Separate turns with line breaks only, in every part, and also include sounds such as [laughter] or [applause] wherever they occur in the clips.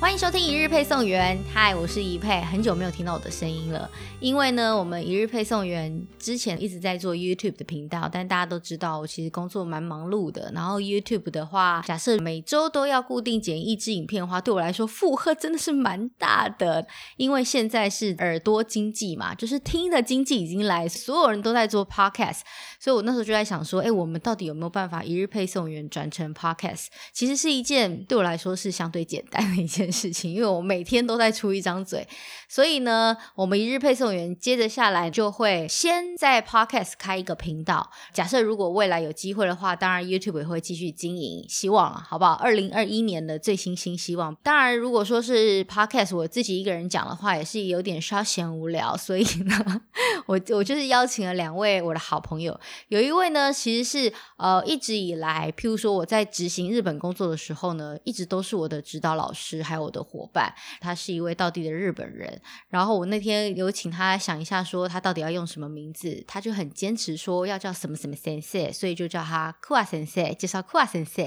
欢迎收听一日配送员，嗨，我是怡佩，很久没有听到我的声音了，因为呢，我们一日配送员之前一直在做 YouTube 的频道，但大家都知道我其实工作蛮忙碌的，然后 YouTube 的话，假设每周都要固定剪一支影片的话，对我来说负荷真的是蛮大的，因为现在是耳朵经济嘛，就是听的经济已经来，所有人都在做 Podcast，所以我那时候就在想说，哎，我们到底有没有办法一日配送员转成 Podcast？其实是一件对我来说是相对简单的一件事情，因为我每天都在出一张嘴，所以呢，我们一日配送员接着下来就会先在 Podcast 开一个频道。假设如果未来有机会的话，当然 YouTube 也会继续经营，希望啊好不好？二零二一年的最新新希望。当然，如果说是 Podcast 我自己一个人讲的话，也是有点稍嫌无聊，所以呢， [laughs] 我我就是邀请了两位我的好朋友，有一位呢，其实是呃一直以来，譬如说我在执行日本工作的时候呢，一直都是我的指导老师，还有我的伙伴。他是一位道地的日本人，然后我那天有请他想一下，说他到底要用什么名字，他就很坚持说要叫什么什么先生，所以就叫他库瓦先生，介绍库瓦先生。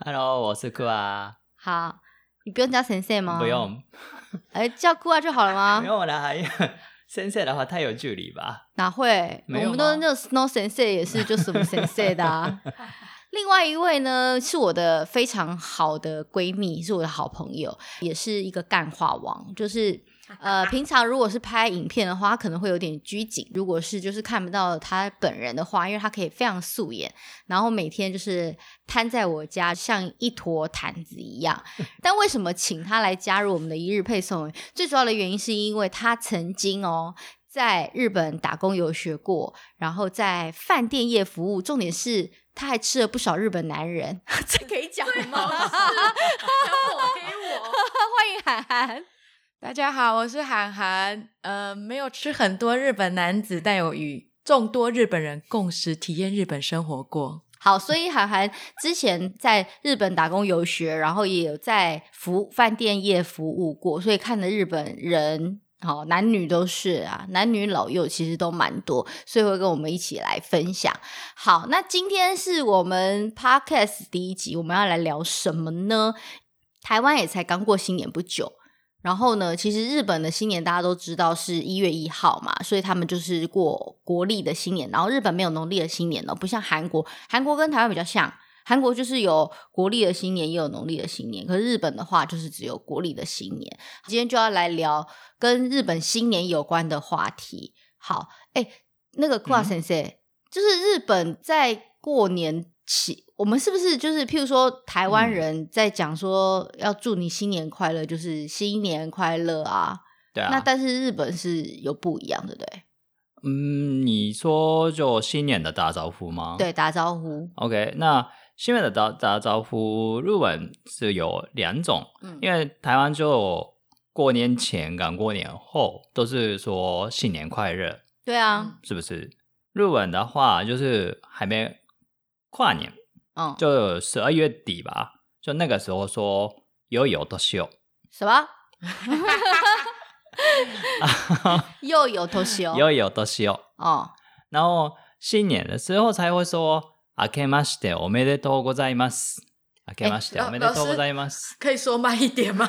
Hello，我是酷啊，
好，你不用叫先生吗？啊
不，用，
哎，叫库瓦就好了吗？
没 [laughs] 有啦，还先生的话太有距离吧？
哪会？我
没有
们都
吗
那种 Snow 先生也是就什么先生的啊。 [laughs] 另外一位呢，是我的非常好的闺蜜，是我的好朋友，也是一个干话王，就是。
[laughs]
呃，平常如果是拍影片的话，他可能会有点拘谨；如果是就是看不到他本人的话，因为他可以非常素颜，然后每天就是瘫在我家像一坨毯子一
[laughs]
样。但为什么请他来加入我们的一日配送？最主要的原因是因为他曾经哦，在日本打工游学过，然后在饭店业服务，重点是他还吃了不少日本男人。 [laughs] 这可以讲吗？
黑我。
欢迎涵涵。
[laughs] 大家好，我是韩寒。呃，没有吃很多日本男子，但有与众多日本人共识体验日本生活过。
好，所以涵涵之前在日本打工游学，然后也有在服饭店业服务过，所以看的日本人。好，男女都是啊，男女老幼其实都蛮多，所以会跟我们一起来分享。好，那今天是我们 podcast 第一集，我们要来聊什么呢？台湾也才刚过新年不久，然后呢，其实日本的新年大家都知道是一月一号嘛，所以他们就是过国历的新年，然后日本没有农历的新年哦，不像韩国，韩国跟台湾比较像。韩国就是有国历的新年，也有农历的新年，可是日本的话就是只有国历的新年。今天就要来聊跟日本新年有关的话题。好，哎，那个库瓦先生，就是日本在过年起，我们是不是就是譬如说台
嗯
湾人在讲说要祝你新年快乐，就是新年快乐啊？
对啊，
那但是日本是有不一样，对不对？
嗯，你说就新年的打招呼吗？
对，打招呼，
，OK，那新年的打打招呼，日文是有两种，
嗯，
因为台湾就过年前跟过年后都是说新年快乐，
对啊，
是不是？日文的话就是还没跨年，
嗯，
就十二月底吧，就那个时候说有有的秀，
什么？ [laughs] 又有头修，
有有的秀。
哦，
然后新年的时候才会说“明けましておめでとうございます”。明けまして
老
おめでとうございます。
可以说慢一点吗？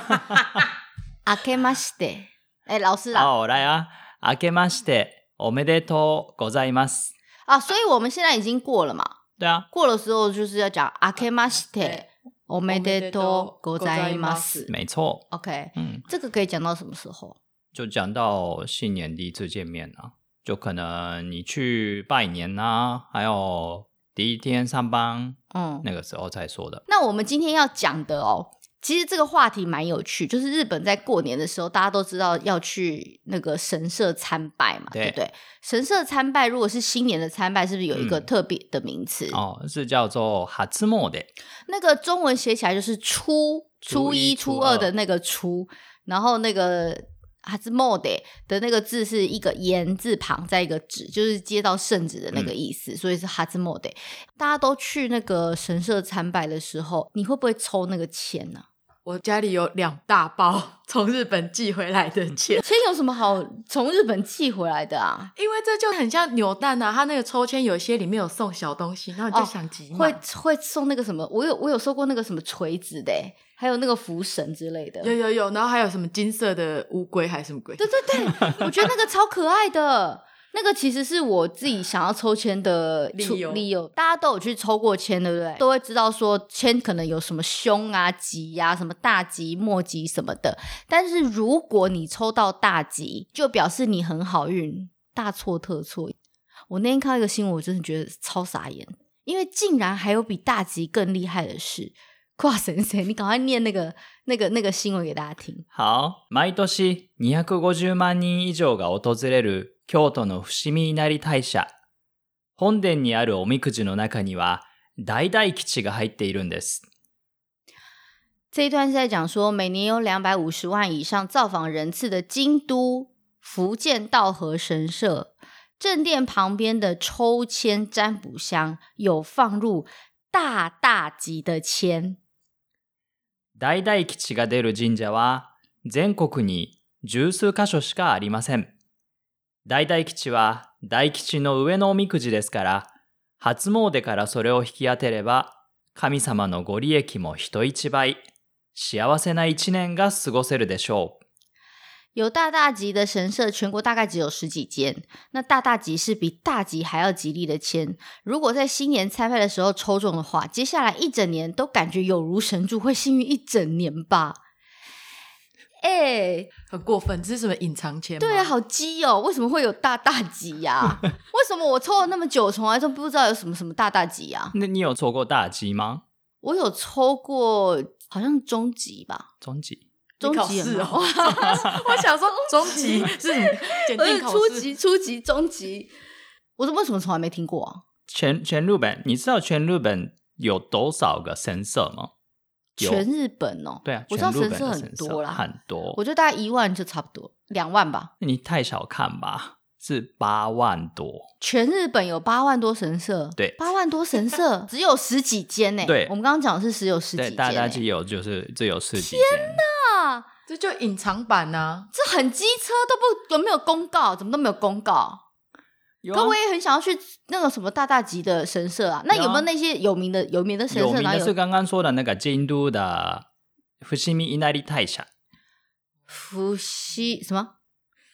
あけまして，哎，老师啊，
好，来啊！明けましておめでとうございます。
啊，所以我们现在已经过了嘛，
对啊，
过了之后就是要讲あけまして，おめでとうございます。
没错。
OK，
嗯，
这个可以讲到什么时候？
就讲到新年第一次见面啊，就可能你去拜年啊，还有第一天上班
嗯，
那个时候才说的。
那我们今天要讲的哦，其实这个话题蛮有趣，就是日本在过年的时候，大家都知道要去那个神社参拜嘛，
对
对不对？神社参拜如果是新年的参拜，是不是有一个
嗯
特别的名词？
哦，是叫做初詣。
那个中文写起来就是初
初
初
一
一、
初
初
二
二的那个初，然后那个哈兹莫德的那个字是一个言字旁，再一个指，就是接到圣旨的那个意思，所以是哈兹莫德。大家都去那个神社参拜的时候，你会不会抽那个签呢、
[laughs] 我家里有两大包 [laughs] 从日本寄回来的钱，
签有什么好从日本寄回来的啊？
[laughs] 因为这就很像扭蛋啊，它那个抽签有些里面有送小东西，然后你
哦
就想集买
会会送那个什么？我有我有收过那个什么锤子的欸，还有那个福神之类的。
有
对
有有，然后还有什么金色的乌龟还是什么龟？
对对，我觉得那个超可爱的。那个其实是我自己想要抽签的
理
出
由
理由，大家都有去抽过签，对不对？都会知道说签可能有什么凶啊、吉呀、什么大吉、末吉什么的。但是如果你抽到大吉，就表示你很好运，大错特错。我那天看到一个新闻，我真的觉得超傻眼，因为竟然还有比大吉更厉害的事。哇塞塞，你赶快念那个、那个、那个新闻给大家听。
好，毎年250万人以上が訪れる京都の伏見稲荷大社。本殿にあるおみくじの中には、大大吉が入っているんです。
这一段是在讲说，每年有两百五十万以上造访人次的京都福建道和神社正殿旁边的抽签占卜箱有放入大大吉的签。
大大吉が出る神社は全国に十数箇所しかありません。大大吉は大吉の上のおみくじですから、初詣からそれを引き当てれば、神様のご利益も人一倍、幸せな一年が過ごせるでしょう。
有大大吉的神社，全国大概只有十几间。那大大吉是比大吉还要吉利的签，如果在新年参拜的时候抽中的话，接下来一整年都感觉有如神助，会幸运一整年吧。哎、
很过分，这是什么隐藏钱吗？
对啊，好鸡哦！为什么会有大大吉呀、
[laughs]
为什么我抽了那么久，从来都不知道有什么什么大大吉呀、
那你有抽过大吉吗？
我有抽过，好像中级吧，
中吉。
中
你考
级很
试
[laughs]
哦
好。
[laughs] 我想说 [laughs] 终极是什么检
而且
定考
呃初
试
级、初级、中级，我为什么从来没听过、啊？
全全日本，你知道全日本有多少个神社吗？有
全日本哦，
对啊，
我知道
全日
神
本
社
的
很多啦，
很多。
我觉得大概一万就差不多，两万吧。
你太少看吧，是八万多。
全日本有八万多神社，
对
八万多神社
[laughs]
只有十几间呢、
对
我们刚刚讲的是只有十
对，
几
大
间、
大
欸，
家有就是这有十几间，
啊，
这就隐藏版啊呐、
这很机车，都不都没有公告，怎么都没有公告？
有啊
可我也很想要去那个什么大大吉的神社啊，那
有啊
有没有那些有名的有名的神
有
社？
名
然
的
后
是
有
刚刚说的那个京都的伏見稲荷大社，
伏羲什么？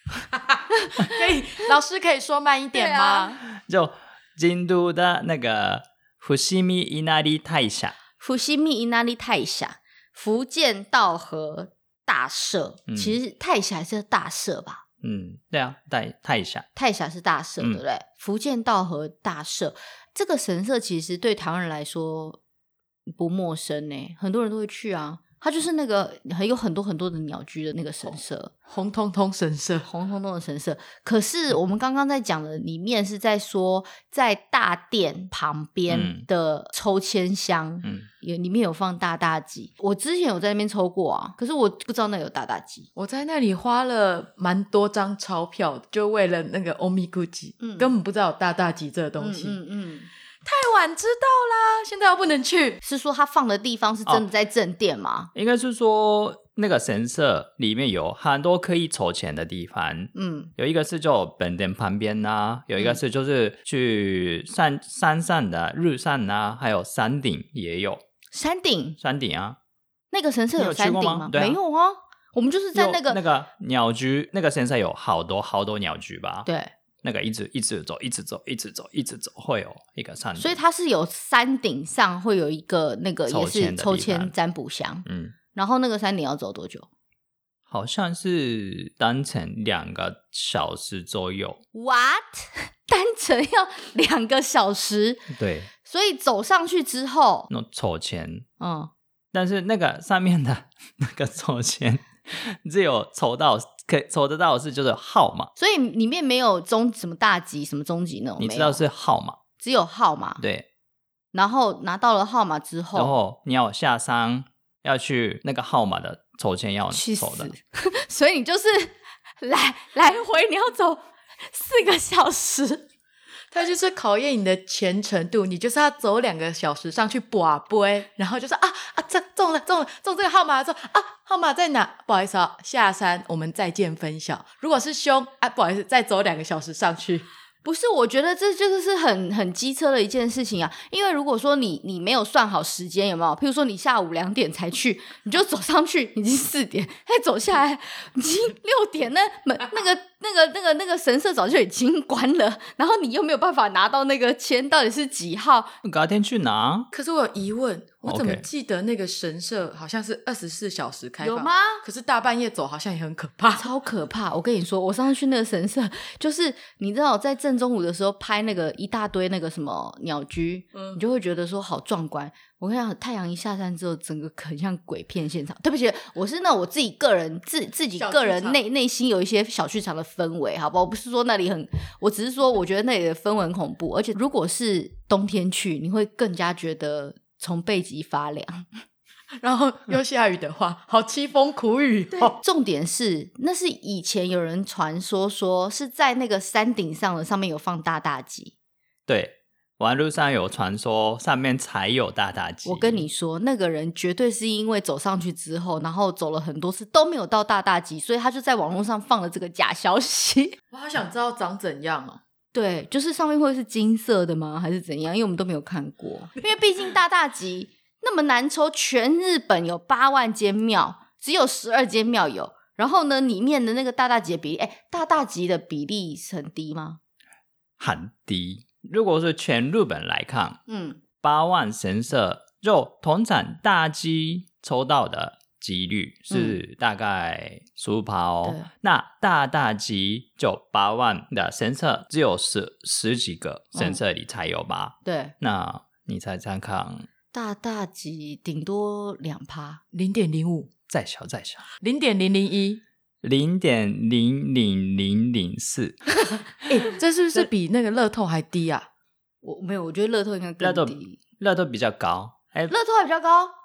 [laughs] 可以，老师可以说慢一点吗？
就京都的那个伏見稲荷大社。
伏羲密伊那利太狭，福建道和大社，
嗯
其实太狭还是大社吧？
嗯，对啊，大太社。
太狭是大社，
嗯
对不对？福建道和大社这个神社其实对台湾人来说不陌生呢、很多人都会去啊。它就是那个很有很多很多的鸟居的那个神社，
红彤彤神社，
红彤彤的神社。可是我们刚刚在讲的里面是在说，在大殿旁边
嗯
的抽签箱，
嗯，
有里面有放大大吉。我之前有在那边抽过啊，可是我不知道那有大大吉。
我在那里花了蛮多张钞票的，就为了那个欧米古吉，
嗯
根本不知道有大大吉这个东西，
嗯嗯嗯，
太晚知道啦，现在又不能去。
是说他放的地方是
哦
真的在正殿吗？
应该是说那个神社里面有很多可以筹钱的地方，
嗯
有一个是就本店旁边呐、有一个是就是去山山上的日上呐、还有山顶也有
山顶
山顶啊，
那个神社
你有
山
去过
顶
吗对啊
没有啊，我们就是在那个
有那个鸟居那个山上有好多好多鸟居吧？，
对，
那个一直一直走，一直走，一直走，一直走，会有一个山顶。
所以它是有山顶上会有一个那个也
抽签
是
的地
抽签
方
占卜箱，
嗯，
然后那个山顶要走多久？
好像是单程两个小时左右。
What？单 [laughs] 程要两个小时，
对，
所以走上去之后，
那抽签，
嗯，
但是那个上面的那个抽签只有抽到可以抽得到的是就是号码。
所以里面没有中什么大吉、什么中吉那种，
你
哦没
知
有
道是号码，
只有号码。
对，
然后拿到了号码之
然
后，
后你要下山要去那个号码的抽签要
去死 [laughs]
抽的，
所以你就是来来回你要走四个小时，
它就是考验你的虔诚度，你就是要走两个小时上去卜杯，然后就是啊啊这中了中了中这个号码中啊号码在哪？不好意思啊，下山我们再见分晓。如果是凶啊，不好意思，再走两个小时上去。
不是，我觉得这这个是很很机车的一件事情啊。因为如果说你你没有算好时间，有没有？譬如说你下午两点才去，你就走上去已经四点，再走下来已经六点，那门那个 [laughs] 那个那个那个神社早就已经关了，然后你又没有办法拿到那个签，到底是几号？
隔天去拿。
可是我有疑问，我怎么
OK
记得那个神社好像是二十四小时开放？
有吗？
可是大半夜走好像也很可怕。
超可怕！我跟你说，我上次去那个神社， [laughs] 就是你知道，在正中午的时候拍那个一大堆那个什么鸟居，
嗯
你就会觉得说好壮观。我跟你讲，太阳一下山之后，整个很像鬼片现场。对不起，我是那我自己个人自自己
小剧
个人
场
内内心有一些小剧场的氛围，好吧？我不是说那里很，我只是说我觉得那里的氛围很恐怖，而且如果是冬天去，你会更加觉得从背脊发凉。
然后又下雨的话，好凄风苦雨哦。
重点是，那是以前有人传说说是在那个山顶上的，上面有放大大吉。
对，网路上有传说上面才有大大吉。
我跟你说，那个人绝对是因为走上去之后，然后走了很多次都没有到大大吉，所以他就在网络上放了这个假消
[laughs]
息。
我好想知道长怎样哦。
对，就是上面会是金色的吗？还是怎样？因为我们都没有看过，因为毕竟大大吉那么难抽，全日本有八万间庙，只有十二间庙有。然后呢，里面的那个大大吉的比例，哎，大大吉的比例是很低吗？
很低。如果是全日本来看，
嗯，
八万神社就同场大吉抽到的几率是大概十五趴哦。
对
那大大吉就八万的神社只有十十几个神社里才有吧？
对，
那你猜猜看，
大大吉顶多两趴，
零点零五，
再小再小，
零点零零一，
零点零零零零四，
哎，这是不是比那个乐透还低啊？
我没有，我觉得乐透应该
乐透
更低，
那都比较高。哎、
乐透还比较高。 [laughs]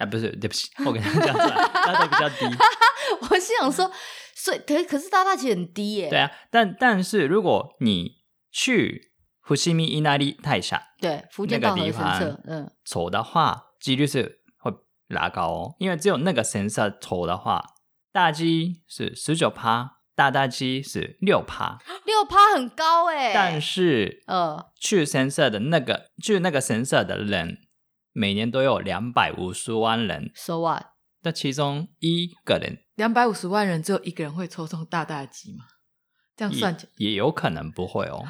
啊，不是，对不起，我跟他讲错了，那都比较低。
我是想说，所以可可是大大吉很低耶、
对啊，但但是如果你去伏羲米伊那利泰山
对，福
那
建
个
道和神
地方
社，嗯，
走的话，几率是会拉高哦，因为只有那个神社走的话，大鸡是十九趴，大大鸡是六趴，
六趴很高哎、
但是
呃，
去神社的那个去那个神社的人，每年都有两百五十万人，
，so
[laughs]
what？
那其中一个人
两百五十万人只有一个人会抽中大大吉吗？这样算起
也也有可能不会哦。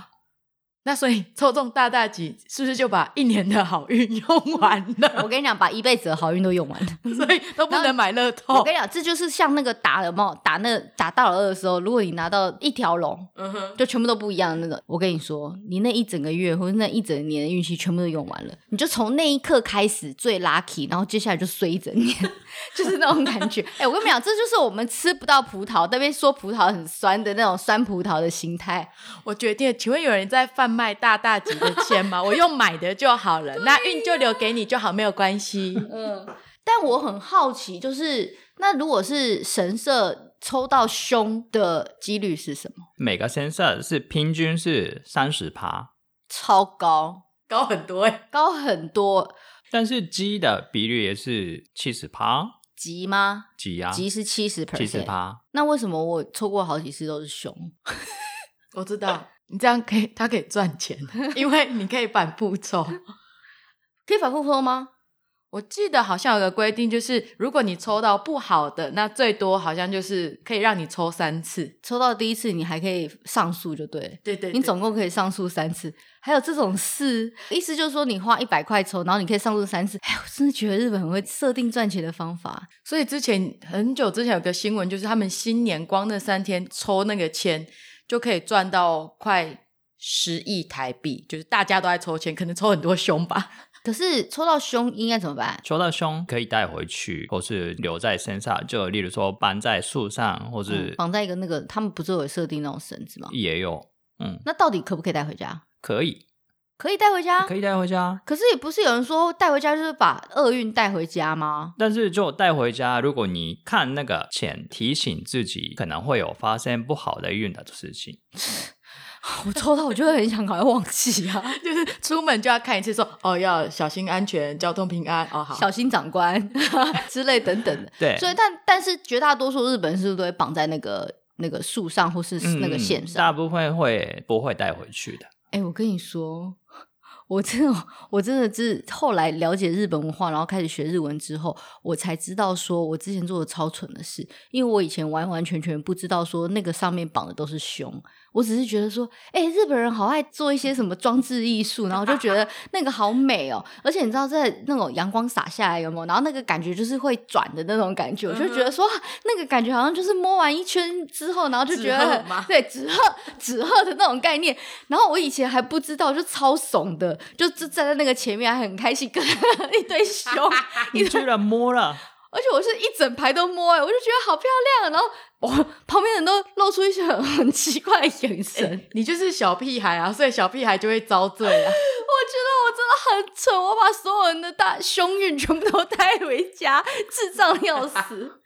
那所以抽中大大吉，是不是就把一年的好运 [laughs] 用完
我
了？
跟你讲，把一辈子的好运都用完
[laughs]
了。
所以都不能买乐
我
哦
透
跟。你讲，这就是像那个打了帽打那打大老二的时候，如果你拿到一条龙，
嗯哼，
就全部都不一样的那种。我跟你说，你那一整个月或者那一整年的运气全部都用完了，你就从那一刻开始最 lucky，然后接下来就衰一整年， [laughs] 就是那种感觉。哎、我跟你们讲，这就是我们吃不到葡萄，那边说葡萄很酸的那种酸葡萄的心态。
我决定了，请问有人在贩卖大大吉的签吗？我用买的就好 [laughs] 了，那运就留给你就好，没有关系。
嗯，但我很好奇，就是那如果是神社抽到凶的几率是什么？
每个神社是平均是三十趴，
超高，
[laughs] 高很多哎、
高很多，
但是鸡的比率也是七十趴，
吉吗？
鸡呀、啊，
吉是七十
七十
percent，
趴，
那为什么我抽过好几次都是凶？
我知道，你这样可以，他可以赚 [laughs] 钱，因为你可以反复抽。
可以反复抽吗？
我记得好像有个规定，就是如果你抽到不好的，那最多好像就是可以让你抽三次。
抽到第一次你还可以上诉就对了。
对对
你总共可以上诉三次，还有这种事，意思就是说你花一百块抽，然后你可以上诉三次。哎，我真的觉得日本很会设定赚钱的方法。
所以之前很久之前有个新闻，就是他们新年光那三天抽那个签，就可以赚到快十亿台币，就是大家都在抽签，可能抽很多凶吧。 [laughs]
可是抽到凶应该怎么办？
抽到凶可以带回去，或是留在身上，就例如说绑在树上，或
嗯
是
绑在一个那个，他们不是有设定那种绳子吗？
也有，嗯，
那到底可不可以带回家？
可以，
可以带回家，
可以带回家。
可是也不是有人说带回家就是把厄运带回家
[laughs]
吗？
但是就带回家，如果你看那个钱，提醒自己可能会有发生不好的运的事情，
我抽到我就会很想赶快忘记啊，
就是出门就要看一次说，哦要小心安全，交通平安哦好。
小心长官之类等等的。
对，
所以，但但是绝大多数日本人是不是都会绑在那个那个树上或是那个线
嗯大
上？
部分会不会带回去
[laughs]
的？
哎、我跟你说，我真的我真的是后来了解日本文化，然后开始学日文之后，我才知道说我之前做的超蠢的事，因为我以前完完全全不知道说那个上面绑的都是胸，我只是觉得说，哎、日本人好爱做一些什么装置艺术，然后就觉得那个好美哦，而且你知道在那种阳光洒下来有没有，然后那个感觉就是会转的那种感觉，我就觉得说、啊那个感觉好像就是摸完一圈之后，然后就觉得
纸鹤
很
吗
[laughs] 对纸鹤纸鹤的那种概念，然后我以前还不知道，就超怂的，就就站在那个前面还很开心，跟 [laughs] 一堆
[laughs]
熊，
你居然摸了，
而且我是一整排都摸、欸，我就觉得好漂亮，然后我旁边人都露出一些很 [laughs] 很奇怪的眼神，我觉
你就是小屁孩啊，所以小屁孩就会遭
[laughs]
罪啊。
得我真的很蠢，我把所有人的大胸运全部都 [laughs] 带回家，智障得要死。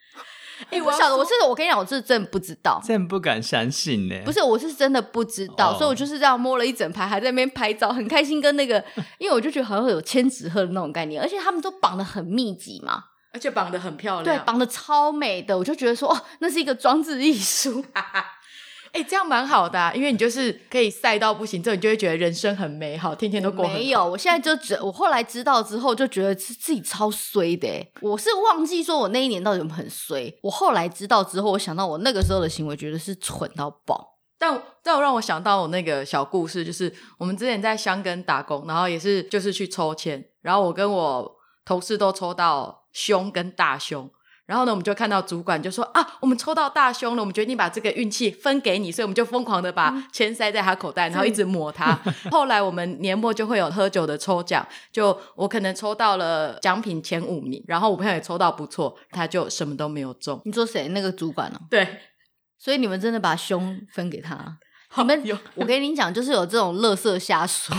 哎、我
要
晓得，
说
我是我跟你讲，我是真的不知道，
真不敢相信呢、
不是，我是真的不知道，
哦
所以我就是这样摸了一整排，还在那边拍照，很开心。跟那个，因为我就觉得好像有千纸鹤的那种概念，而且他们都绑的很密集嘛，
而且绑得很漂
对
亮。，
绑的超美的，我就觉得说，哦，那是一个装置艺
[laughs]
术。
哎、这样蛮好的、啊，因为你就是可以晒到不行，之后你就会觉得人生很美好，天
[laughs]
天都过很好
没有，我现在就只，我后来知道之后就觉得自自己超衰的欸，我是忘记说我那一年到底有没有很衰，我后来知道之后，我想到我那个时候的行为，觉得是蠢到爆。
但但我让我想到我那个小故事，就是我们之前在香根打工，然后也是就是去抽签，然后我跟我同事都抽到凶跟大凶，然后呢我们就看到主管就说啊，我们抽到大凶了，我们决定把这个运气分给你，所以我们就疯狂的把钱塞在他口袋，然后一直抹他。后来我们年末就会有喝酒的抽奖，就我可能抽到了奖品前五名，然后我朋友也抽到不错，他就什么都没有中。
你说谁？那个主管哦、
对，
所以你们真的把胸分给他？你们
有
[laughs] 我跟你讲，就是有这种乐色瞎 [laughs] 说。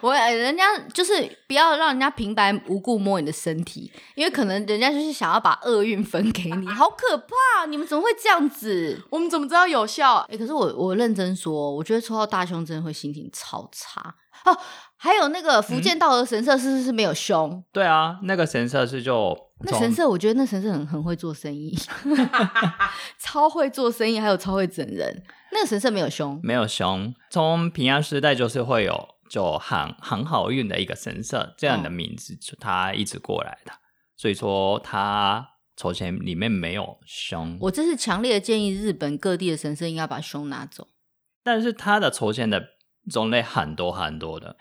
我呃人家就是不要让人家平白无故摸你的身体，因为可能人家就是想要把厄运分给你，好可怕！你们怎么会这样子？
我们怎么知道有效？
哎、可是我我认真说，我觉得抽到大胸真的会心情超差哦。还有那个福建道和神社是不是没有胸？
对啊，那个神社是就
那
从
神社，我觉得那神社很很会做生 [laughs] 意，超会做生意，还有超会整人。那个神社没有胸，
没有熊，从平安时代就是会有就很很好运的一个神社这样的名字，它一直过来的，所以说它筹钱里面没有熊，
我这是强烈的建议，日本各地的神社应该把胸拿走。
但是它的筹钱的种类很多很多的，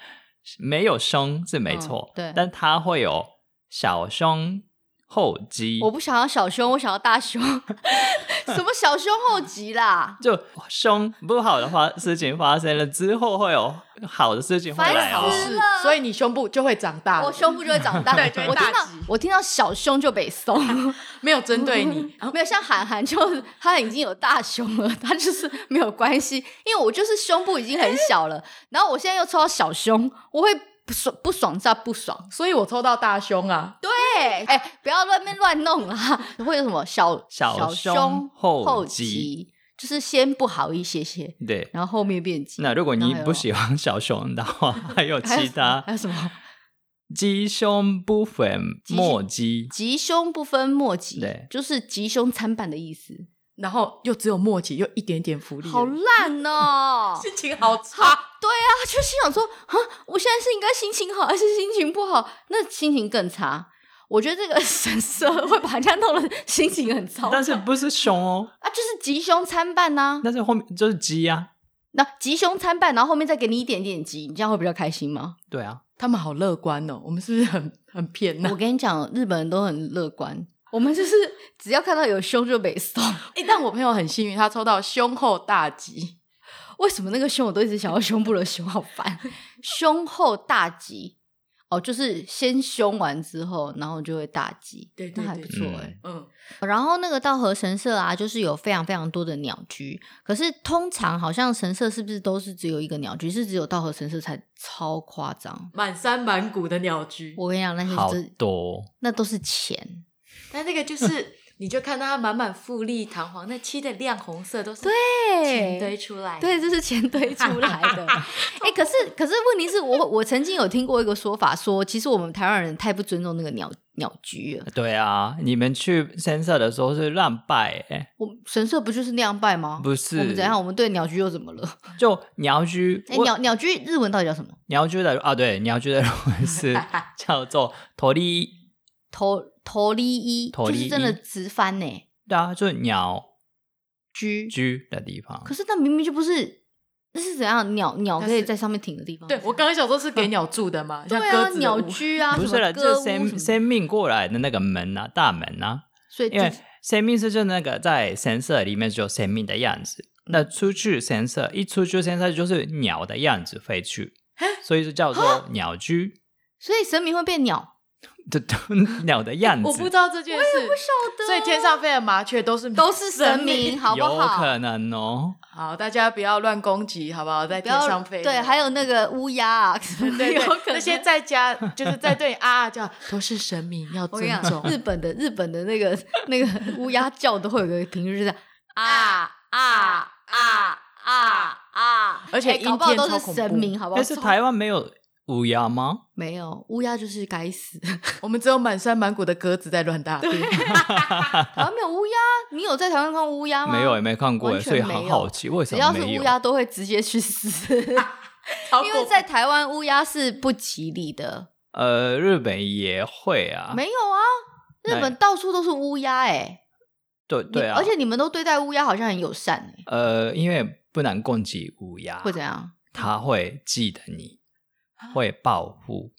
没有胸是没
嗯，
错
对
但它会有小胸后肌，
我不想要小胸，我想要大
[laughs]
胸，什么小胸后级啦？
就胸不好的话，事情发生了之后会有好的事情会
烦
来
好
哦。
死
是
了，
哎所以你胸部就会长大了
我胸部就会长大。
[laughs] 对就会
我听
大
到
吉
我听到小胸就被松，
[laughs] 没有针对你，
没有像韩寒就是他已经有大胸了，他就是没有关系，因为我就是胸部已经很小了，然后我现在又抽到小胸，我会不爽不爽炸不爽。
[laughs] 所以我抽到大胸啊。
对，哎、不要乱面乱弄啦，会有什么小
小
胸
胸后
后
肌
肌，就是先不好一些些，
对，
然后后面变肌。
那如果
然
你
后还有
不喜欢小熊的话，还有
[laughs] 还有
其
什么
他
还有什么？ [laughs]
鸡胸部分
鸡胸 [laughs]
墨鸡，
吉凶不分末吉，
对
就是吉凶参半的意思。
然后又只有默契，又一点点福利，
好烂
[laughs]
哦、
心情好差。
对啊，就心想说，啊，我现在是应该心情好还是心情不好？那心情更差。我觉得这个 [laughs] 神社会把人家弄得心情很糟
但是不是熊哦，
啊，就是吉凶参半呐、
但是后面就是鸡啊，
那吉凶参半，然后后面再给你一点点吉，你这样会比较开心吗？
对啊，
他们好乐观哦，我们是不是很很偏呢、
我跟你讲，日本人都很乐观，我们就是只要看到有凶就被送。
哎、但我朋友很幸运，他抽到胸后大吉，
为什么那个凶我都一直想要胸部的凶，好烦！胸后大吉哦，就是先凶完之后，然后就会大吉，
对对
那还
对
不错
嗯
哎、
嗯，
然后那个稻荷神社啊，就是有非常非常多的鸟居，可是通常好像神社是不是都是只有一个鸟居？是只有稻荷神社才超夸张。
满山满谷的鸟居，
我跟你讲，那些
好
真
多
那都是钱。 [laughs]
但这个就是你就看到它满满富丽堂皇，那漆的亮红色都是
对
钱堆出来的。
对，这是钱堆出来的。
[laughs]
哎、可是可是问题是我我曾经有听过一个说法说其实我们台湾人太不尊重那个鸟鸟居了。
对啊，你们去深色的时候是乱拜、欸，
我神社不就是那样拜吗？
不是
哦我们怎样？我们对鸟居又怎么了？
就鸟居，
哎、
我
鸟鸟居日文到底叫什么？
鸟居的啊，对，鸟居的日
[laughs]
文是叫做陀利，
头头利一，
头
就
利一
是真的直翻呢、
对啊，就是鸟
居。
居的地方
可。是那明明就不是，那是怎样？鸟鸟
那
可以
是
在上面停的地方。
对，我刚刚想说是给鸟住的嘛，像
对
鸽
啊，
子的
鸟
屋
居啊，
不
什
是
么
了，
歌
就
屋
是
什
生
么
生命过来的那个门呐、啊，大门呐、
所以
因为
就是
生命是就那个在神社里面只有生命的样
嗯
子，那出去神社一出去神社就是鸟的样子飞去，所以就叫做鸟居， [laughs]
所以神明会变鸟，
对对，鸟的样子，
我不知道这件事，
晓
所以天上飞的麻雀都是
啊都是神明，。好不
有
好？
可能哦。
好，大家不要乱攻击，好不好？在
不
天
要
上飞的，
对，还有那个乌鸦啊，什么
对
[laughs] 有
对，
可能
那些在家就是在对你啊啊叫，都是神明，要
我
尊
跟你
重
讲，。日本的日本的那个那个乌鸦叫都会有个频率，就是啊啊啊啊啊，
而且
哎搞不好
阴天
都
超
是
恐
神
怖
明，好不好？
但是台湾没有乌鸦吗？
没有乌鸦就是该死，
[laughs]
[laughs]
我们只有满山满谷的鸽子在乱大 [laughs] 便。
台啊湾没有乌鸦，你有在台湾看过乌鸦吗？
没有，也没看过
啊完
耶，
全
所以
没
很
有
好奇为什
只要
么
是
没有
乌。鸦都会直接去死，
啊
[laughs] 因为在台湾乌鸦是不吉利的，
呃，日本也会啊，
没有啊。日本到处都是乌鸦哎，
对
你
对啊，
而且你们都对待乌鸦好像很友善哎，
呃，因为不能攻击乌鸦，
会怎样？
它会记得你，
啊
会保护。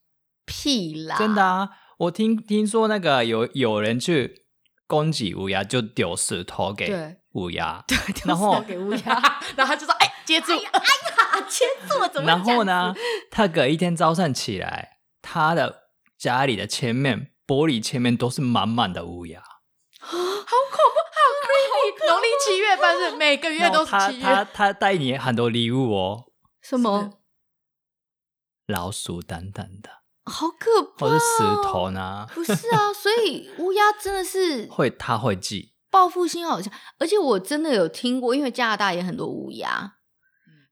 屁啦！
真的啊，我听听说那个有有人去攻击乌鸦，就丢石头
[laughs]
给
对
乌鸦，
丢
[laughs] 然后
石头给乌鸦。
[laughs] 然后他就说：“哎，接住！”
啊，牵住了怎么？
然后？呢，他隔一天早上起来，他的家里的前面玻璃前面都是满满的乌鸦。
[laughs] 农历七月半是每个月
然后
都是
他
七
他
月，
他带你很多礼物哦，
什么？
老鼠等等的，
好可怕、
或
哦！
是石头呢，
不是啊，所以乌鸦真的是
会他会记。，
报复心好像，而且我真的有听过，因为加拿大也很多乌鸦。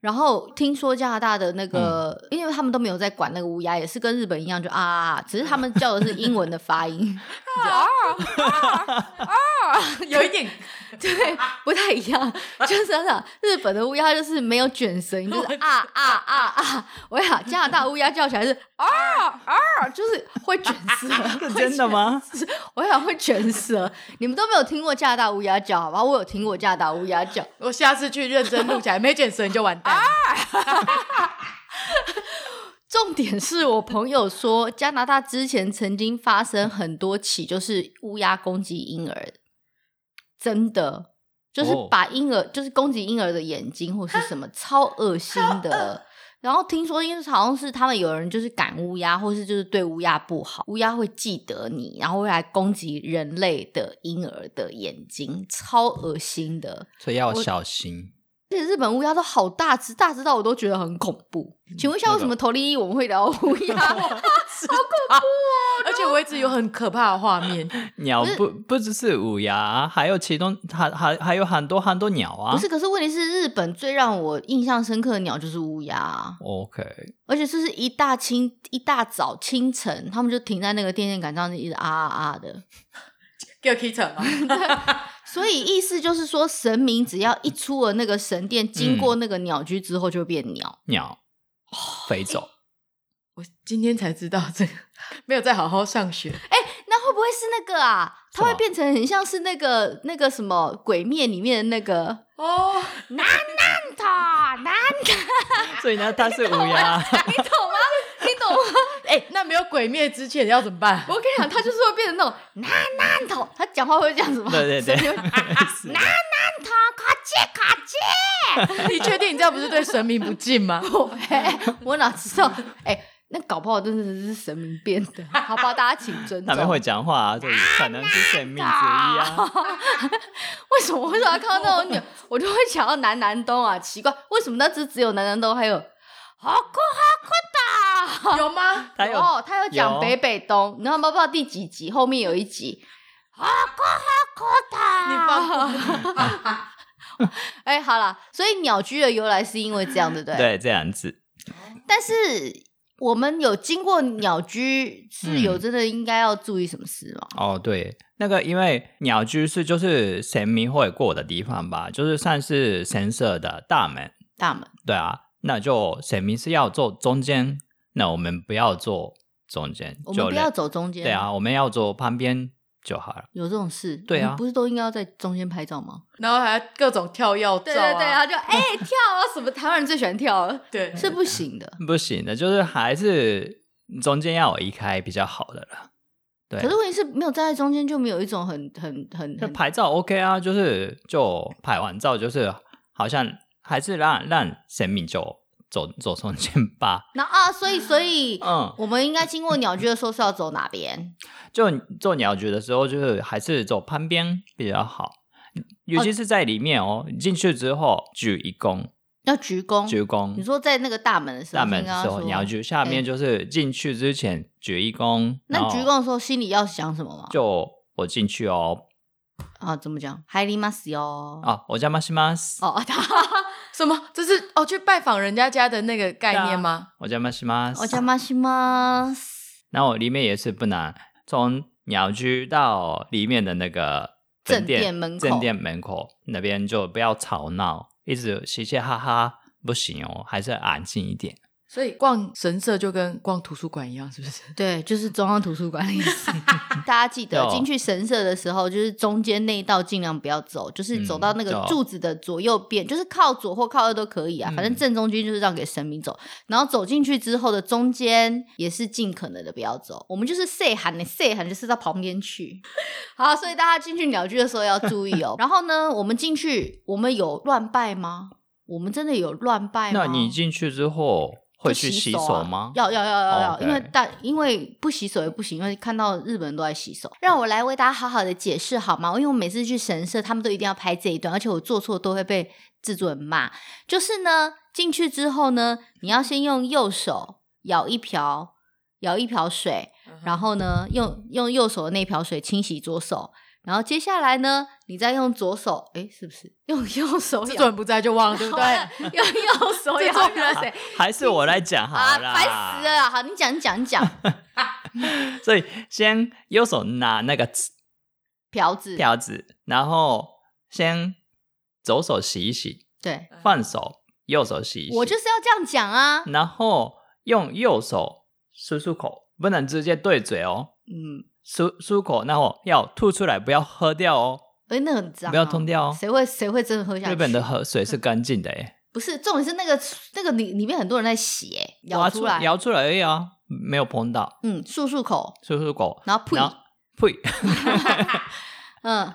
然后听说加拿大的那个，因为他们都没有在管那个乌鸦，也是跟日本一样，就啊啊，啊只是他们叫的是英文的发音，
[laughs] 有一点
[laughs] 对，不太一样。就是真的，日本的乌鸦就是没有卷舌音，就是啊啊啊啊。我想加拿大乌鸦叫起来是啊啊，就是会卷舌
[laughs] 真的吗？
我想会卷舌，你们都没有听过加拿大乌鸦叫，好吧？我有听过加拿大乌鸦叫，
我下次去认真录
[laughs]
起来，没卷舌你就完
啊
蛋。
重点是我朋友说，加拿大之前曾经发生很多起，就是乌鸦攻击婴儿，真的就是
哦
把婴儿、就是攻击婴儿的眼睛或是什么，超恶心的。 [laughs] 然后听说，因为好像是他们有人就是赶乌鸦，或是就是对乌鸦不好，乌鸦会记得你，然后会来攻击人类的婴儿的眼睛，超恶心的。
所以要
我
小心。
而且日本乌鸦都好大只，大只到我都觉得很恐怖。请问一下，
那
为什
个
么头利一我们会聊乌鸦？
而且我一直有很可怕的画面， [laughs]
鸟不不只是乌鸦啊，还有其中还还还有很多很多鸟啊。
不是，可是问题是，日本最让我印象深刻的鸟就是乌鸦啊，
OK，
而且这是一大清一大早清晨，他们就停在那个电线杆上，一直啊啊啊的。
给我 k 啊 i t 吗？
所以意思就是说，神明只要一出了那个神殿，经过那个鸟居之后就会变鸟。
鸟飞走，
我今天才知道这个，没有再好好上学。
那会不会是那个啊？它
什
会
么
变成很像是那个那个什么《鬼灭》里面的那个
哦，
南南塔南
[laughs] 所以呢，它是乌 [laughs] 鸦。
你懂吗？你懂吗？
哎、那没有鬼灭之前要怎么办 [laughs]
我？跟你讲，他就是会变成那种南南头，他讲话会这样子吗？
对对
所
对
以就南
是
南头，卡切卡切。
你确定你这样不是对神明不敬吗？
哎，我哪知道？哎，那搞不好真的是神明变的，好吧？大家请尊
他们
重。
会讲话 [laughs] 啊，所以可能是生命之一啊。
为什么？为什么要看到那种鸟，我就会想到南南东啊？奇怪，为什么那只只有南南东，还有好啊酷好酷的？
[laughs] 有吗？
它有
有，他有讲
有
北北东，你知道吗？不知道第几集，后面有一集。
你放过
[laughs] 哎，好了，所以鸟居的由来是因为这样，对不对？。
对，这样子。
但是我们有经过鸟居是有
嗯
真的应该要注意什么事吗？
哦，对，那个因为鸟居是就是神明会过的地方吧，就是算是神社的大门。
大门
对啊，那就神明是要做中间，那我们不要做中间，
我
就
们不要
人
走中间。
对啊，，我们要做旁边就好了。
有这种事？
对
我们
啊
不是都应该要在中间拍照吗？
然后还各种跳药照、啊，
对对对，然后就哎、跳啊，什么台湾人最喜欢跳了，
对
是不行的。
不行的，就是还是中间要有移开比较好的了。对啊
可，是问题是没有站在中间，就没有一种很很很
那
很
拍照 OK 啊，就是就拍完照就是好像还是让让神明就走走中间吧。 [laughs]
然后啊，所以所以、
嗯，
我们应该经过鸟居的时候是要走哪边？
就做鸟居的时候，就是还是走旁边比较好，尤其是在里面哦。进去之后鞠一躬，
要鞠躬。
鞠躬。
你说在那个大门的时候，
大门
是
的
刚
时
刚
候，
说哎
鸟居下面就是进去之前鞠一躬，
那
然
你
后
鞠躬的时候心里要想什么吗？
就我进去哦，
啊，怎么讲？海里马死哟。
啊，我叫马西马斯，
哦， [laughs]
什么？这是哦，去拜访人家家的那个概念吗？
我叫马西马斯，
我叫马西马斯
然后里面也是不难，从鸟居到里面的那个本
正殿门口
正殿门口那边就不要吵闹，一直嘻嘻哈哈不行哦，还是安静一点。
所以逛神社就跟逛图书馆一样，是不是？
[laughs] 对，就是中央图书馆的意思。 [laughs] 大家记得
有
进去神社的时候，就是中间那一道尽量不要走，就是走到那个
嗯有
柱子的左右边，就是靠左或靠右都可以啊，反正
嗯
正中间就是让给神明走。然后走进去之后的中间也是尽可能的不要走，我们就是塞喊呢，塞喊就是到旁边去。 [laughs] 好，所以大家进去鸟居的时候要注意哦。然后呢，我们进去，我们有乱拜吗？我们真的有乱拜吗？
那你进去之后会
就
去洗
手啊
手吗？
哎
哦
要要要要要，
OK
因为大因为不洗手也不行，因为看到日本人都在洗手。让我来为大家好好的解释好吗？因为我每次去神社，他们都一定要拍这一段，而且我做错都会被制作人骂。就是呢，进去之后呢，你要先用右手舀一瓢舀一瓢水，
嗯
然后呢，用用右手的那瓢水清洗左手。然后接下来呢，你再用左手，诶，是不是用 [laughs] 右手
这
舀？
[laughs] 种人不在就忘了， [laughs] 对不哎
[laughs]
对？
用右手
这
舀
种
热
人
水，
还是我来讲好
啊，
啦，
烦死了！好，你讲，你讲，你
[laughs]
讲。
所以先右手拿那个纸
瓢子，
瓢子，然后先左手洗一洗，
对，
换手右手洗一洗，嗯
我就是要这样讲啊。
[laughs] 然后用右手漱漱口，不能直接对嘴哦，
嗯，
漱漱口，然后要吐出来，不要喝掉哦。
哎，那很脏啊，
不要通掉哦
谁会谁会真的喝下去？
日本的河水是干净的诶，
不是重点是那个那个里里面很多人在洗，哎，咬
挖
出来，
嗯咬出来而已啊，没有碰到
嗯，漱漱口，
漱漱口，
然后呸，
然后呸。 [laughs]
嗯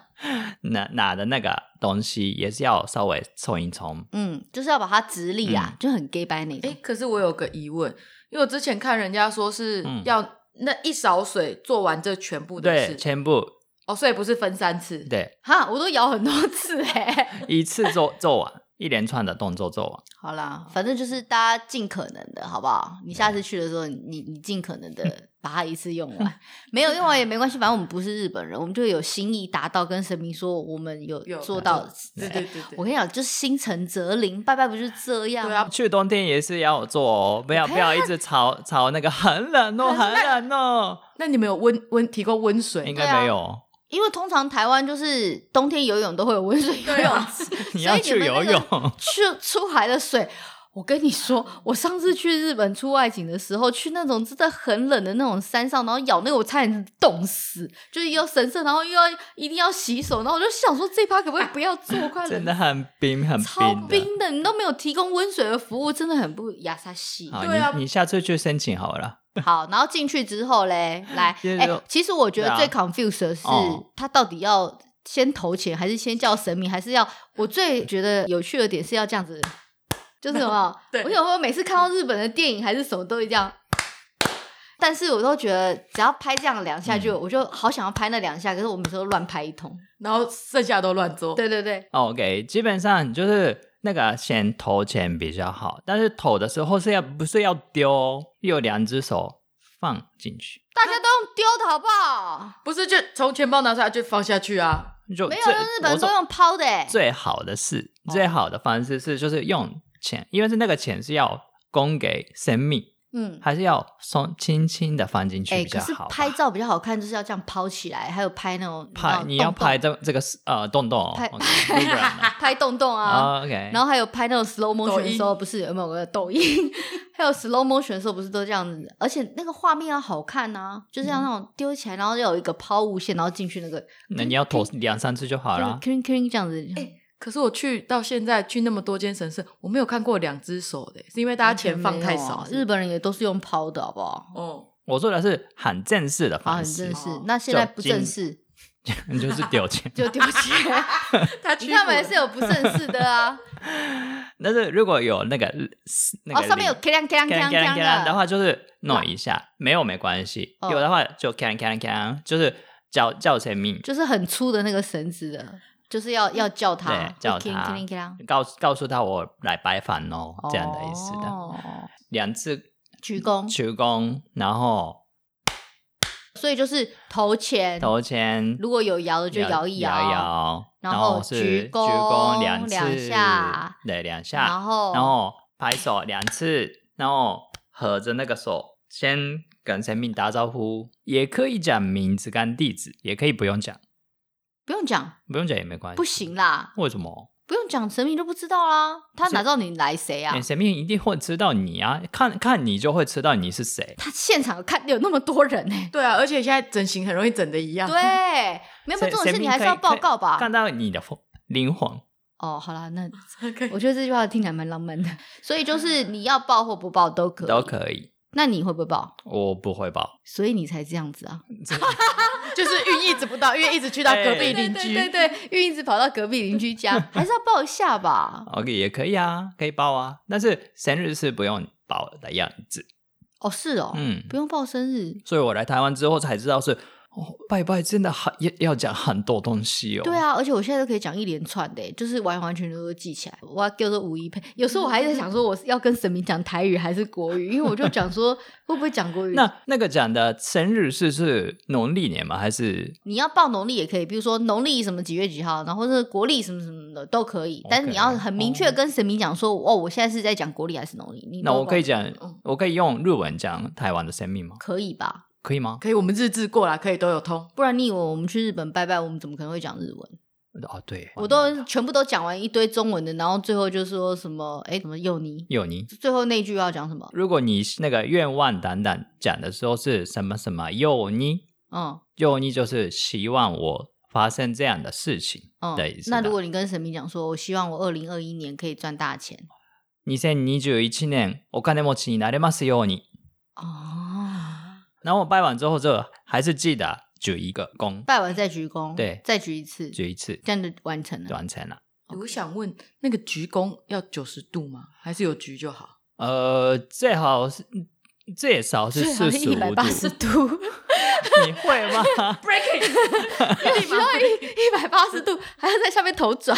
拿拿的那个东西也是要稍微冲一冲。
嗯，就是要把它直立
嗯
啊，就很 gay 掰那
哎、
种。
可是我有个疑问，因为我之前看人家说是
嗯
要、那一勺水做完这全部的
对，
事，
全部
哦，所以不是分三次。
对，
哈，我都咬很多次哎。
一次 [laughs] 做做完一连串的动作做完。
好啦，反正就是大家尽可能的，好不好？你下
啊
次去的时候，你你尽可能
[laughs]
的把它一次用完，没有用完也没关系，反正我们不是日本人，我们就有心意达到，跟神明说我们有
有
做到。哎
对对对对，
我跟你讲，就是心诚则灵，拜拜不就是这样？
对啊，
去冬天也是要做哦，不要
OK 啊
不要一直吵吵那个 [laughs] 很冷哦，很冷哦，
那你们有温温提供温
应
水？
对啊
该没有。哦
因为通常台湾就是冬天游泳都会有温水游
对
泳
啊
池，
[laughs] 你要去游泳，
去出海的水。我跟你说，我上次去日
[laughs]
本出外景的时候，去那种真的很冷的那种山上，然后咬那个我差点冻死，就是又神圣，然后又要一定要洗手，然后我就想说这一趴可不可以不要做，我快
真
冷
的很冰很
超
冰的。
冰的，你都没有提供温水的服务，真的很不雅萨西。
好，
对啊
你你下次去申请好了。 [laughs]
好，然后进去之后嘞，来，
接
哎、
着
其实我觉得
对啊
最 confused 的是、
哦
他到底要先投钱，还是先叫神明，还是要我最觉得有趣的点是要这样
[laughs]
子，就是什么？
对
我有时候每次看到日本的电影还是什么都会这样。但是我都觉得，只要拍这样两下
嗯
就，我就好想要拍那两下，可是我每次都乱拍一通。
然后剩下都乱做。
对对对，
OK，基本上就是那个先投钱比较好，但是投的时候是要不是要丢哦，用两只手放进去。
大家都用丢丢的好不好？
不是就从钱包拿出来就放下去啊？
就
没有，
最
日
我
本
说
都用抛的、欸，
最好的是、最好的方式是就是用钱，因为是那个钱是要供给生命，
嗯，
还是要松轻轻的放进去
哎、
比
可
较
是
好吧。
拍照比较好看，就是要这样抛起来，还有拍那种
拍你
你知道
要
洞洞
拍这这个是呃洞洞哦
拍
OK，不然呢
拍洞洞啊。 [laughs]
哦，OK，
然后还有拍那种 slow
抖
motion
音
的时候，不是有没有个抖音？ [laughs] 还有 slow motion 的时候，不是都这样子？而且那个画面要好看啊，就是要那种丢起来，然后要有一个抛物线，然后进去那个，
那你要投两三次就好
就是
了。
cling cling 这样子。
可是我去到现在去那么多间神社，我没有看过两只手的，是因为大家钱放太少。
完全没有啊日本人也都是用抛的，好不好？
哦，
我说的是很正式的
好，
方
很
式
正，式
哦。
那现在不
就今
正
[laughs]
式
[laughs] 就是丢钱。
就丢钱，
他
你
去
看还是有不正式的啊。
但是如果有那个 [laughs] 那
哦，
个
上面有 clang clang
锵
clang
锵
clang
锵的
的。
话，就是弄一下，没有没关系。
哦
有的话就锵锵锵，就是叫叫成名，
就是很粗的那个绳子的，就是要要叫他，
对叫
叮
他
叮叮叮叮
告诉告诉他我来拜访哦，这样的意思的。
哦
两次
鞠躬，
鞠躬，然后
所以就是投钱，
投钱，
嗯如果有摇的就摇一
摇摇，
然
然
后
是
鞠
鞠
躬
躬两
两
次
下，
对，两下，
然后
然后拍手两次，然后合着那个手，先跟神明打招呼，也可以讲名字跟地址，也可以不用讲，
不用讲，
不用讲也没关系。
不，行啊啦，
为什么？
不用讲，神明都不知道啦，他
是
哪知道你来谁啊
哎，？神明一定会知道你啊，看看你就会知道你是谁。
他现场有看有那么多人呢、
对啊，而且现在整形很容易整的一样。啊
对，没有
所
这
以
种
啊神
事，你
明
还是
可以
要报
可以
告吧？
看到你的魂灵魂，
哦，好啦，那
可 [laughs] 以
我觉得这句话听起来蛮浪漫的，所以
[laughs]
就是你要报或不报都可以，
都可以。
那你会不会报？
我不会报，
所以你才这样子啊？
嗯 [laughs]
就是运一直不到，因为一直去到隔壁
对
邻
对对
居。
对对，玉英子跑到隔壁邻居
[laughs]
家，还是要抱一下吧。
OK 也可以啊，可以报啊，但是生日是不用报的样子。
哦，是哦，
嗯
不用报生日。
所以我来台湾之后才知道是，哦，拜拜真的很要要讲很多东西哦。
对，啊，而且我现在都可以讲一连串的，欸就是完完全全都记起来。我要叫做吴一佩，有时候我还在想说，我是要跟神明讲台语还是国语，因为我就讲
[laughs]
说会不会讲国语。
那那个讲的生日是是农历年吗？还是
你要报农历也可以，比如说农历什么几月几号，然后是国历什么什么的都可以，但是你要很明确地跟神明讲说，哦，我现在是在讲国历还是农历。你
那
都
我可以讲
嗯，
我可以用日文讲台湾的生命吗？
可以吧？
可以吗？
可以，我们日志过啦，可以都有通。哦
不然你以为我们去日本拜拜，我们怎么可能会讲日文？
哦，对，
我都全部都讲完一堆中文的，然后最后就说什么哎什么幼尼，
有你。
最后那句要讲什么？
如果你是那个愿望等等讲的时候是什么什么有你
嗯
有你就是希望我发生这样的事情
嗯
的意。思吧。
那如果你跟神明讲说，我希望我二零二一年可以赚大钱
2021年お金持ちになれますように。
哦，
然后我拜完之后就还是记得举一个躬，
拜完再鞠躬，
对啊
再鞠一次，
举一次，
这样就完成了。
完成了。
我想问，那个鞠躬要九十度吗？还是有鞠就好？
呃，最好是最少是四十
一
五
百
度，
八十度，
[laughs] 你会吗？ [laughs]
[laughs]
需要一一百八十度，还要在下面头
[laughs]
转。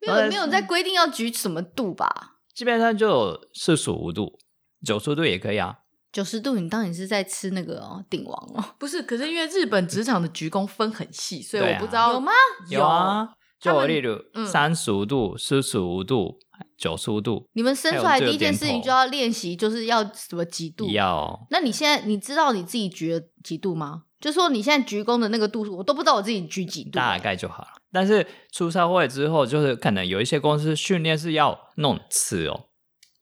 没
啊
有没有在规定要鞠什么度吧？
基本上就四十五度，九十度也可以啊。
九十度，你当然是在吃那个哦鼎王哦，
不是，可是因为日本职场的鞠躬分很细，所以
对啊
我不知道
有吗？
有
啊，
他
就
们
例如
嗯
三十五度、四十五度、九十度，
你们生出来第一件事情就要练习，就是要什么几度？
要
那你现在你知道你自己鞠了几度吗？就说你现在鞠躬的那个度数，我都不知道我自己鞠几度、啊
大概就好了。但是出社会之后，就是可能有一些公司训练是要弄次哦，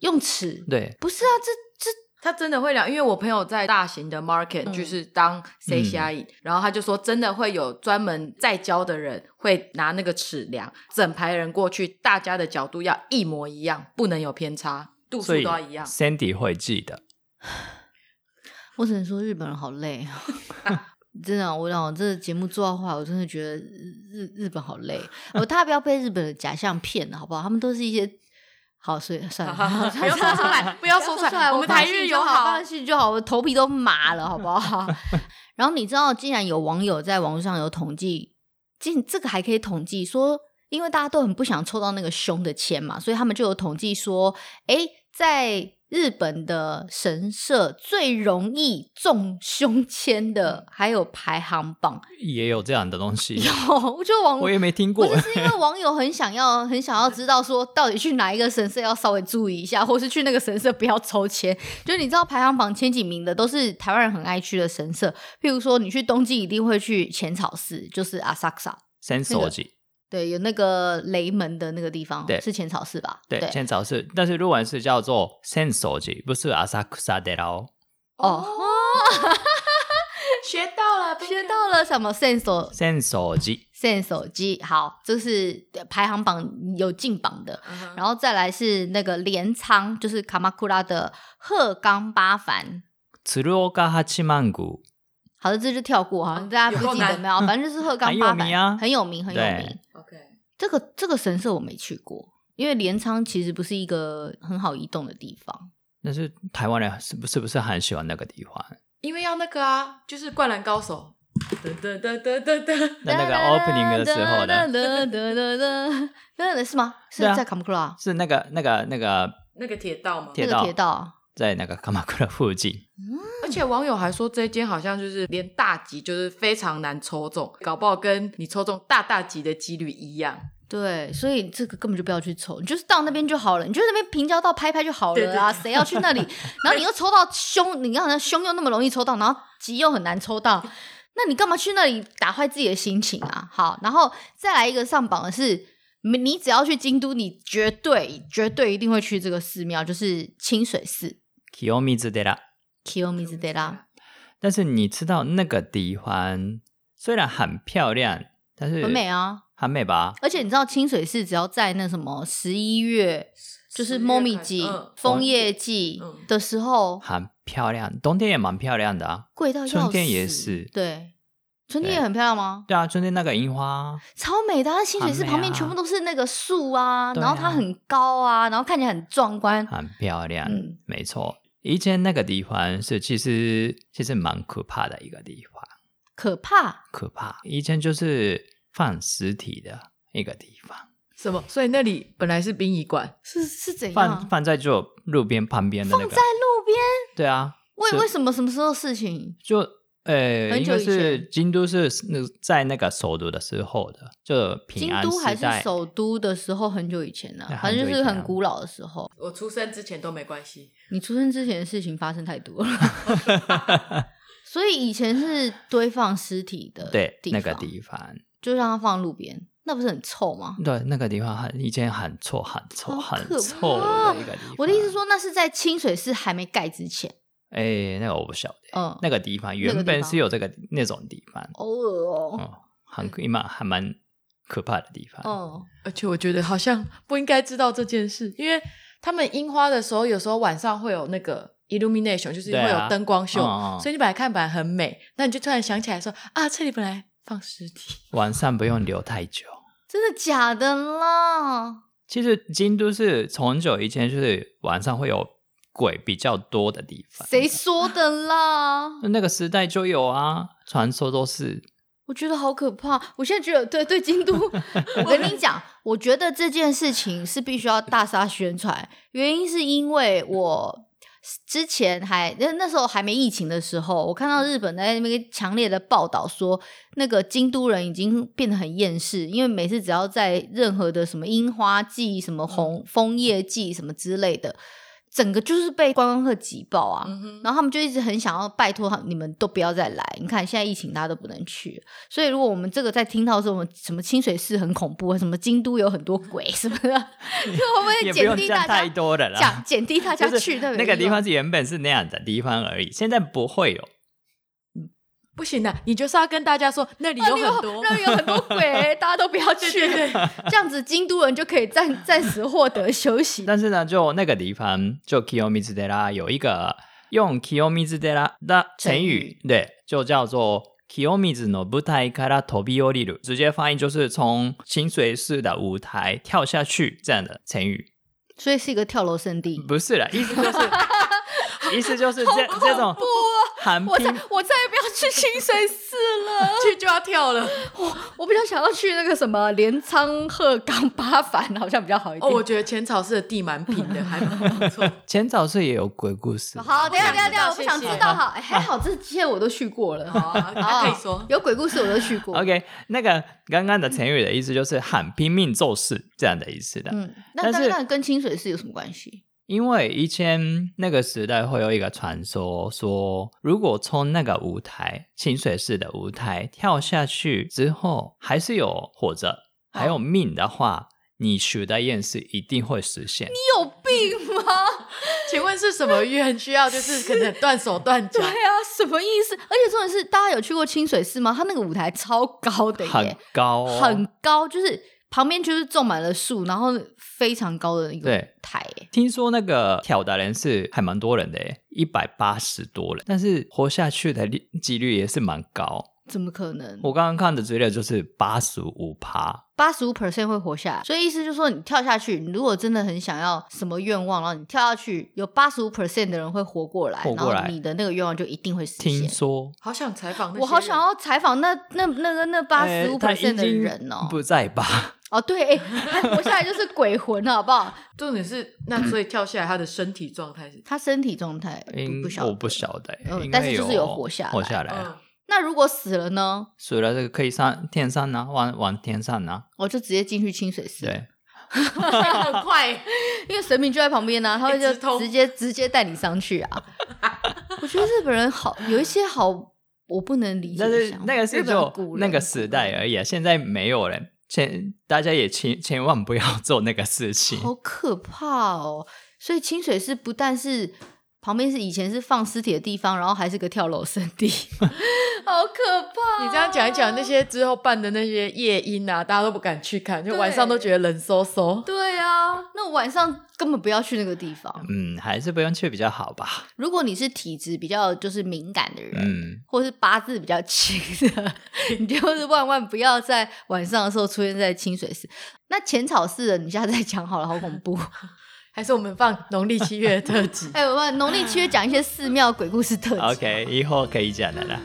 用尺？
对，
不是啊，这这
他真的会量，因为我朋友在大型的 market
嗯
就是当 C C I，、然后
嗯
他就说真的会有专门在教的人会拿那个尺量，整排人过去，大家的角度要一模一样，不能有偏差，度数
所
都
以
要一样。
Sandy 会记得。
我只能说日本人好累啊。
[laughs]
真的啊，我让我这个节目做到后来，我真的觉得日日日本好累。我大家不要被日本的假象骗了，好不好？他们都是一些好，所以算了， [laughs]
不要说出来，不要说出来，
我
我们台日友好
放。弃就好，我头皮都麻了，好不好？ [laughs] 然后你知道，竟然有网友在网络上有统计，竟这个还可以统计说，因为大家都很不想抽到那个凶的签嘛，所以他们就有统计说，诶，在日本的神社最容易中胸签
嗯
的，还有排行榜。
也有这样的东西，
哦，就网
我也没听
不
过
是，。是因为网友很想要，很想要知道说，到底去哪一个神社要稍微注意一下，或是去那个神社不要抽签。就是你知道排行榜前几名的都是台湾人很爱去的神社，譬如说你去东京一定会去浅草寺，就是阿萨克萨，
先手机，
对，有那个雷门的那个地方，
对
是浅草寺吧？
对，先找是，但是日文是叫做先手机，不是阿萨库萨德拉哦。
哦，
[laughs]
嗯
学到了，
学到了什么 sense
先手机，
sense 机？好，这是呃排行榜有进榜的。
嗯哼。
然后再来是那个镰仓，就是卡马库拉的鹤冈八幡。
鶴岡八幡宮。
好的，这就跳过哈，大家
哦有
不
够
记得
难
没有？啊反正就是鹤冈
很有
八
名
幡、
啊
很有名，很有
对
名。
OK，
这个这个神社我没去过，因为镰仓其实不是一个很好移动的地方。
但是台湾人是不是不是很喜欢那个地方？
因为要那个啊，就是灌篮高手，噔噔噔噔噔噔，
那那个 opening 的时候呢，
呢？那是吗？是
对啊
在卡马库拉
是那个那个那个
那个铁道吗？
铁
那
道
个铁道啊？
在那个鎌倉附近，
而且网友还说这一间好像就是连大吉就是非常难抽中，搞不好跟你抽中大大吉的几率一样。
对，所以这个根本就不要去抽，你就是到那边就好了，你就在那边平交道拍拍就好了啊，
对对对
谁要去
[laughs]
那里？然后你又抽到凶，你看那凶又那么容易抽到，然后急又很难抽到，那你干嘛去那里打坏自己的心情啊？好，然后再来一个上榜的是，你你只要去京都，你绝对绝对一定会去这个寺庙，就是清水寺
清水寺。
（Kiyomizu Dera）。
嗯
但是你知道那个地方虽然很漂亮，但是
很美，啊，
很美吧？
而且你知道清水寺只要在那什么十一月，就是
十月
猫咪
开始
季
嗯、
枫叶季
嗯
的时候，
很漂亮，冬天也蛮漂亮的啊。
贵到要死。
春天也是
对，春天
对
也很漂亮吗？
对啊，春天那个樱花，
超美的、啊，清水寺
很美啊
旁边全部都是那个树啊，
对啊
然后它很高啊，然后看起来很壮观。
很漂亮，
嗯
没错。以前那个地方是其实其实蛮可怕的一个地方，
可怕，
可怕。以前就是放尸体的一个地方，
什么？所以那里本来是殡仪馆，
是是怎
放
样？
放在就路边旁边的那
放
个
在，路边？
对啊，
为
是
为什么什么时候的事情？
就呃，
很
应
久
该
以
是
前
京都是那在那个首都的时候的，就
京
平安
都还
时
是
代。
首都的时候，很久以前呢、
对
反正就
很久以
是
前啊
很古老的时候。
我出生之前都没关系。
你出生之前的事情发生太多了，
[laughs]
所以以前是堆放尸体的
对
地，
那
方，
个地方，
就让它放路边，那不是很臭吗？
对那个地方很以前很臭、很臭、
好
很
可
臭
怕
的一个地方。啊
我的意思，说，那是在清水寺还没盖之前，
哎，那个我不晓得，
嗯，
那个地方
那个
原
地
本
方嗯
是有这个那种地方，
偶尔哦，
哦，很蛮还蛮可怕的地方。
嗯，
而且我觉得好像不应该知道这件事，因为他们樱花的时候，有时候晚上会有那个 illumination，就是
对
会
啊
有灯光
哦
秀，
嗯嗯
所以你本来看本来很美，那你就突然想起来说啊，这里本来放尸体，
晚上不用留太久。
真的假的啦？
其实京都是从久以前就是晚上会有鬼比较多的地方，
谁说的啦？
那个时代就有啊，传说都是
我觉得好可怕！我现在觉得对对京都，我跟你讲，我觉得这件事情是必须要大杀宣传，原因是因为我之前还那那时候还没疫情的时候，我看到日本在那边强烈的报道说，那个京都人已经变得很厌世，因为每次只要在任何的什么樱花季、什么红枫叶季什么之类的，整个就是被观光客挤爆啊。
嗯哼，
然后他们就一直很想要拜托他你们都不要再来。你看现在疫情，大家都不能去，所以如果我们这个在听到什么什么清水寺很恐怖，什么京都有很多鬼什么的， [laughs] 就会不会
也不
减
用
低
讲
大
太
家
多了
讲
啦。
减低大家
就
去
是
那
那个地方是原本是那样的地方而已，现在不会有。
不行的，你就是要跟大家说那里啊有很多，
那边有很多鬼、大家都不要去，这样子京都人就可以暂暂时获得休息。
但是呢，就那个地方，就 Kiyomizu Dera 有一个用 Kiyomizu Dera 的成语，对，就叫做 Kiyomizu no butai kara tobi o r i r 直接翻译就是从清水寺的舞台跳下去这样的成语。
所
嗯
以是一个跳楼圣地， [laughs]
不是啦，意思就是意思就是这这种韩
哦我再
拼
我再也不要去清水寺了。 [laughs]
[laughs] 去就要跳了。
我比较想要去那个什么镰仓鹤冈八幡，好像比较好一
哦，
点。
我觉得浅草寺的地蛮平的，还蛮
[laughs]
不错。哦
浅草寺也有鬼故事，
好，等一下等一下等一下，我不想
谢谢
知道。好，哎还好这些我都去过了。 [laughs]
好啊，还可以说。
有鬼故事我都去 [laughs] 过。
OK，那个刚刚的成语的意思就是喊拼命做事这样的意思的。
嗯，那
但
那
是
那跟清水寺有什么关系？
因为以前那个时代会有一个传说，说如果从那个舞台清水寺的舞台跳下去之后，还是有活着，还
哦
有命的话，你许的愿是一定会实现。
你有病吗？
请问是什么愿需要？就是可能断手断脚
[laughs] [laughs] 对，啊，什么意思？而且重点是，大家有去过清水寺吗？它那个舞台超高的
很
耶，
高、哦，
很高，就是旁边就是种满了树，然后非常高的一个
对
舞台耶。
听说那个挑的人是还蛮多人的耶，一百八十多人，但是活下去的率几率也是蛮高。
怎么可能？
我刚刚看的资料就是八十五趴，
八十五 percent 会活下来，所以意思就是说，你跳下去，你如果真的很想要什么愿望，然后你跳下去，有八十五 percent 的人会活过来，
活过来
然后你的那个愿望就一定会实
听
现。
说
好想采访那些人。
我好想要采访那那那个那八十五
呃他已
percent 的
经
人哦、
不在吧？
哦，对，哎、活下来就是鬼魂了，好不好？
重点是，那所以跳下来，他的身体状态是，
他身体状态不不
应
晓
我
得，
不晓得耶，
嗯
应该
但是就是有活下来
活下来啊，
嗯，
那如果死了呢？
死了这个可以上天上呢、往往天上呢、
我就直接进去清水寺，
对，
嗯 [laughs] 很快。
因为神明就在旁边呢、他会
[laughs] 一
就
直通
直接直接带你上去啊。
[laughs]
我觉得日本人好有一些好，我不能理解
但
的
是
想法。
那个
日
是
本
就
古人
那个时代而已、啊，现在没有人，千大家也千千万不要 [laughs] 做那个事情。
好可怕哦！所以清水寺不但是旁边是以前是放尸体的地方，然后还是个跳楼圣
[laughs]
地，好可怕、哦
你这样讲一讲，那。些之后办的那些夜莺啊，大家都不敢去看，就
对
晚上都觉得冷飕
[laughs]
飕。
对啊，那晚上根本不要去那个地方。
[laughs] 嗯，还是不用去比较好吧。
如果你是体质比较就是敏感的人，
嗯，
或是八字比较轻的， [laughs] 你就是万万不要在晚上的时候出现在清水寺。那浅草寺的，你下次再讲好了，好恐怖！ [laughs]。
还是我们放农历七月的特辑
哎、我们农历七月讲一些寺庙鬼故事特辑。
OK，以后可以讲的啦。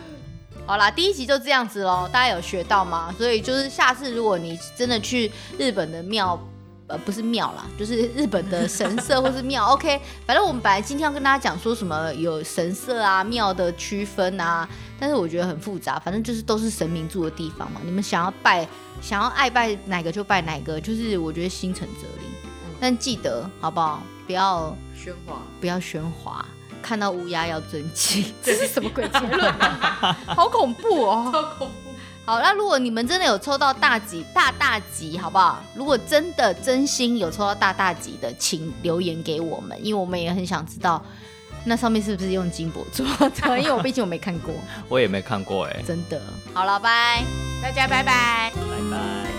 好啦，第一集就这样子喽，大家有学到吗？所以就是下次如果你真的去日本的庙，呃，不是庙啦，就是日本的神社或是庙，OK，反 [laughs] 正我们本来今天要跟大家讲说什么有神社啊、庙的区分啊，但是我觉得很复杂，反正就是都是神明住的地方嘛，你们想要拜、想要爱拜哪个就拜哪个，就是我觉得心诚则灵，但记得好不好？不要
喧哗，
不要 [laughs] 喧哗，看到乌鸦要尊 [laughs] 敬，这是什么鬼结论、啊？好恐怖哦！
好恐怖。
好，那如果你们真的有抽到大吉大大吉，好不好？如果真的真心有抽到大大吉的，请留言给我们，因为我们也很想知道那上面是不是用金箔做 [laughs] 的，因为我毕竟我没看过，
我也没看过哎、
真的。好了，拜。
大家拜拜。
拜拜。